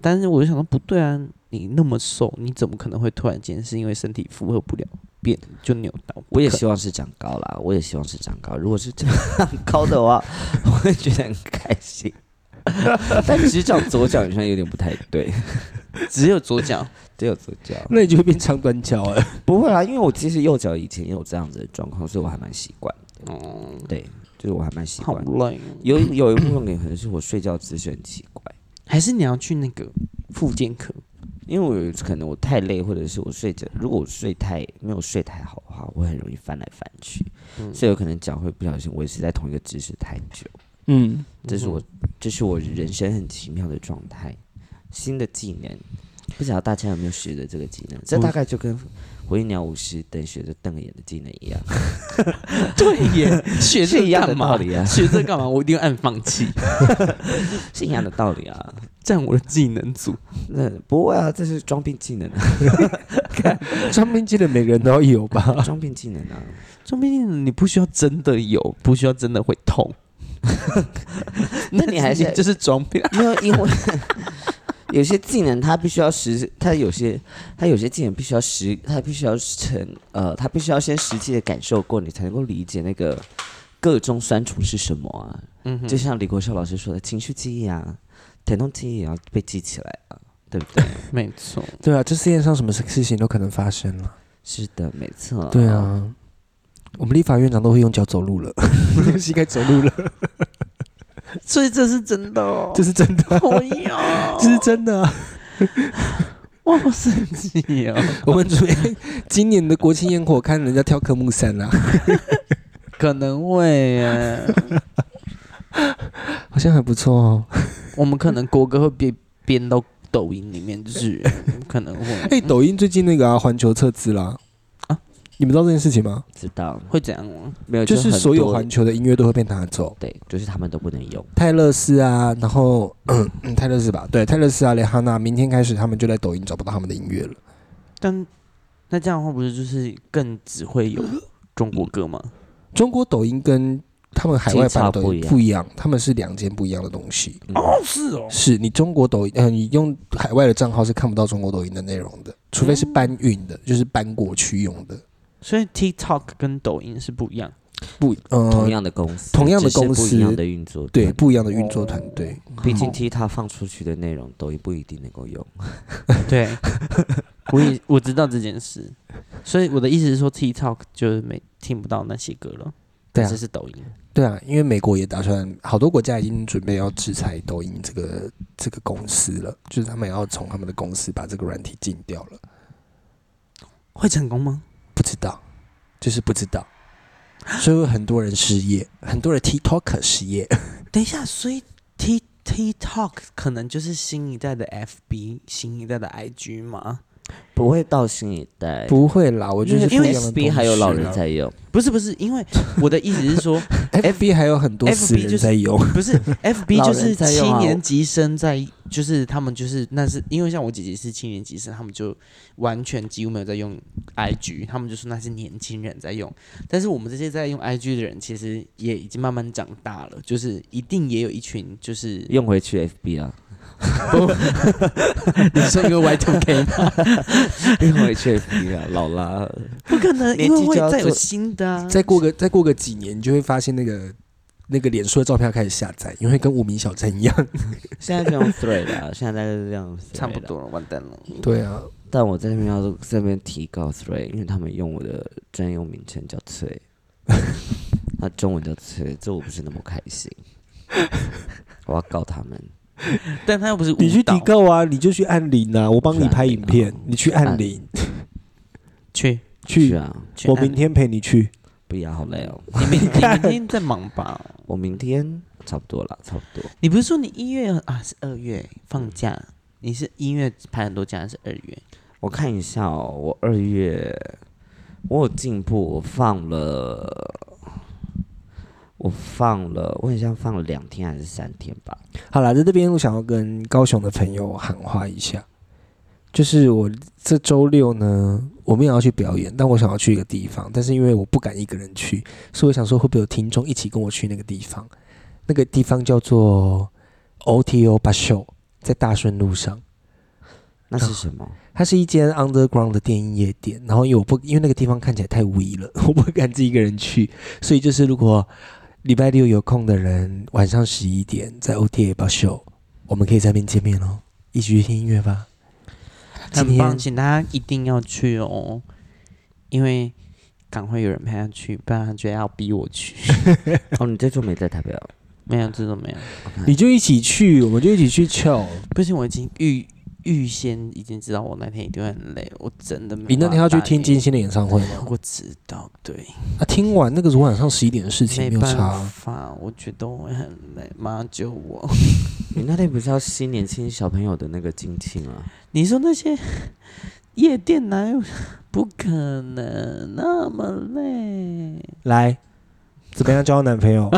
S6: 但是我就想说不对啊，你那么瘦，你怎么可能会突然间是因为身体负荷不了变就扭到？
S4: 我也
S6: 不可能
S4: 希望是长高啦，我也希望是长高。如果是长 高的话， 我会觉得很开心。但其实这样左脚好像有点不太对，
S6: 只有左 脚，
S4: 只有左脚
S1: 那你就会变长短脚哎、
S4: 不会啦，因为我其实右脚以前也有这样子的状况，所以我还蛮习惯的。
S6: 嗯，
S4: 对，就是我还蛮习
S6: 好
S4: 惯的。
S6: 累哦。
S4: 有有一部分可能是我睡觉姿势很奇怪。
S6: 还是你要去那个复健科？
S4: 因为我有可能我太累，或者是我睡着，如果我睡太没有睡太好的话，我很容易翻来翻去，所以有可能脚会不小心维持在同一个姿势太久。
S1: 嗯，
S4: 这是我，这是我人生很奇妙的状态，新的技能，不晓得大家有没有学的这个技能？这大概就跟火影鸟武士等学的瞪眼的技能 一样，
S6: 对耶， 学
S4: 是
S6: 这
S4: 一样的道理啊，
S6: 学这干嘛？我一定按放弃，
S4: 是一样的道理 啊。
S6: 占我的技能组。
S4: 那不会啊，这是装病技能啊，
S1: 上面记得每个人都要有吧？
S4: 装病技能 啊。
S6: 说不定你不需要真的有，不需要真的会痛。
S4: 那你还是
S6: 就是装病，
S4: 没有，因为 有些技能它必须要实，它有些它有些技能必须要实，它必须要成呃，它必须要先实际的感受过，你才能够理解那个各种酸楚是什么啊。
S6: 嗯
S4: 就像李国秀老师说的，情绪记忆啊，疼痛记忆也要被记起来啊，对不对？
S6: 没错。
S1: 对啊，这世界上什么事情都可能发生了。
S4: 是的，没错。
S1: 对，啊，我们立法院长都会用脚走 路了，膝盖走路了，
S6: 所以这是真的哦，
S1: 这是真的，
S6: 我要，
S1: 这是真的啊、
S6: 我好生气哦。
S1: 我们准备今年的国庆烟火，看人家跳科目三啊啦、
S6: 可能会耶，
S1: 好像还不错哦。
S6: 我们可能国歌会编编到抖音里面去，可能会
S1: 哎、抖音最近那个啊，环球撤资啦
S6: 啊
S1: 啊，你们知道这件事情吗？
S4: 知道
S6: 会怎样啊吗？
S4: 没有？
S1: 就是
S4: 很
S1: 所有
S4: 多
S1: 环球的音乐都会被拿走，
S4: 对，就是他们都不能用。
S1: 泰勒斯啊，然后嗯嗯泰勒斯吧，对，泰勒斯啊，蕾哈娜，明天开始他们就在抖音找不到他们的音乐了。
S6: 但那这样的话，不是就是更只会有中国歌吗？
S1: 中国抖音跟他们海外版的抖音
S4: 技巧不一样
S1: 不一样，他们是两件不一样的东西。
S4: 哦，
S6: 是哦，
S1: 嗯是你中国抖音，呃，你用海外的账号是看不到中国抖音的内容的，除非是搬运的，就是搬过去用的。
S6: 所以 TikTok 跟抖音是不一样。
S1: 不，呃，
S4: 同样的公司，
S1: 同样的
S4: 只是
S1: 公
S4: 不一样
S1: 司
S4: 的运作，
S1: 对，不一样的运作团队。
S4: 毕竟 T 他放出去的内容，抖音不一定能够用。
S6: 对，我也我知道这件事，所以我的意思是说 TikTok 就是没听不到那些歌了，
S1: 对啊
S6: 这，是抖音。
S1: 对啊，因为美国也打算，好多国家已经准备要制裁抖音这个这个公司了，就是他们要从他们的公司把这个软体禁掉了。
S6: 会成功吗？
S1: 不知道，就是不知道，所以有很多人失业，很多人 TikTok 失业。
S4: 哎
S6: 等一下，所以 T TikTok 可能就是新一代的 FB，新一代的 IG 吗？
S4: 不会到新一代，
S1: 不会啦，我觉得是
S4: 因为
S1: 不一样的
S4: FB 还有
S1: 东西啊
S4: 老
S1: 啦
S4: 人在用，
S6: 不是不是，因为我的意思是说，
S1: FB 还有很多
S6: FB
S1: 死人
S6: 就是
S1: 在用，
S6: 不是 FB
S4: 老
S6: 就
S4: 人
S6: 是
S4: 在用
S6: 七
S4: 啊
S6: 年
S4: 我
S6: 级生在，就是他们就是那是因为像我姐姐是七年级生，他们就完全几乎没有在用 IG，他们就说那是年轻人在用，但是我们这些在用 IG 的人，其实也已经慢慢长大了，就是一定也有一群就是
S4: 用回去 FB 啊，
S6: 你说因为 Y two K 吗？
S4: 用回去 FB 啊，老啦，
S6: 不可能，因
S4: 年纪
S6: 为会
S4: 就要
S6: 再有
S4: 做
S6: 新的啊。
S1: 再过个再过个几年，你就会发现那个那个脸书的照片要开始下载，因为跟无名小站一样。
S4: 现在这样 thread 啊，现在这样 thread 啊
S6: 差不。多了，完蛋了。
S4: 嗯
S1: 对啊，
S4: 但我在那边要这边提告 thread，因为他们用我的专用名称叫 翠，那中文叫翠，这我不是那么开 心，我要告他们。
S6: 但他又不是
S1: 你去
S6: 舞蹈
S1: 提告啊，你就去按铃啊，我帮你拍影
S4: 去按
S1: 片
S4: 铃啊，
S1: 你去按铃，
S6: 去
S4: 是
S1: 去，
S4: 啊，
S6: 去
S1: 我
S6: 按
S1: 明天陪你去。
S4: 不要，好累哦。
S6: 你明你明天在忙吧？
S4: 我明天差不多了，差不多。
S6: 你不是说你一月啊是二月放假？你是一月排很多假，还是二月？
S4: 我看一下哦，我二月我有进步，我放了，我放了，我好像放了两天还是三天吧。
S1: 好啦，在这边我想要跟高雄的朋友喊话一下，就是我这周六呢，我们也要去表演，但我想要去一个地方，但是因为我不敢一个人去，所以我想说会不会有听众一起跟我去那个地方？那个地方叫做 OTO 巴秀，在大顺路上。
S4: 那
S6: 啊
S4: 是什么？
S1: 它是一间 underground 的电音夜店，然后因为我不因为那个地方看起来太无疑了， 我不敢自己一个人去，所以就是如果礼拜六有空的人，晚上十一点在 OTA 包秀，我们可以在那边见面喽，一起去听音乐吧。今
S6: 很棒，
S1: 天
S6: 请大家一定要去哦，因为赶快有人陪他去，不然他觉得要逼我 去。
S4: 哦，你这周没在台北哦？
S6: 没有，这都没有。
S1: 你就一起去，我们就一起去 chill。
S6: 不行，我已经预预先已经知道我那天一定会很累，我真的没有
S1: 你那天要去听金
S6: 办法
S1: 星的演唱会吗？
S6: 答应。我知道，对，
S1: 啊，听完那个是晚上十一点的事情，
S6: 没
S1: 没有
S6: 办
S1: 差。
S6: 法，我觉得我会很累，妈救我！
S4: 你那天不是要吸年轻小朋友的那个精庆啊？
S6: 你说那些夜店哪有不可能那么累？
S1: 来，怎么样交男朋 友？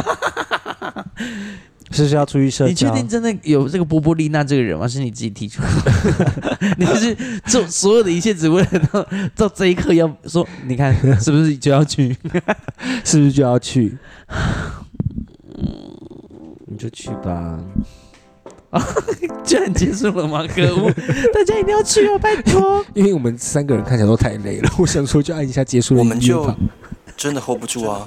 S1: 是不是要出去社交？
S6: 你确定真的有这个波波丽娜这个人吗？是你自己提出来的？你是做所有的一切只为了到到这一刻要说，你看是不是就要去？
S1: 是不是就要去？
S4: 你就去吧。
S6: 居然结束了吗？可恶！大家一定要去哦，拜托！
S1: 因为我们三个人看起来都太累了，我想说就按一下结束的
S2: 我
S1: 音
S2: 们
S1: 乐
S2: 就
S1: 吧。
S2: 真的 hold 不住啊！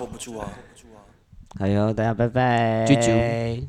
S4: 哎呦，大家拜拜，
S6: 啾啾。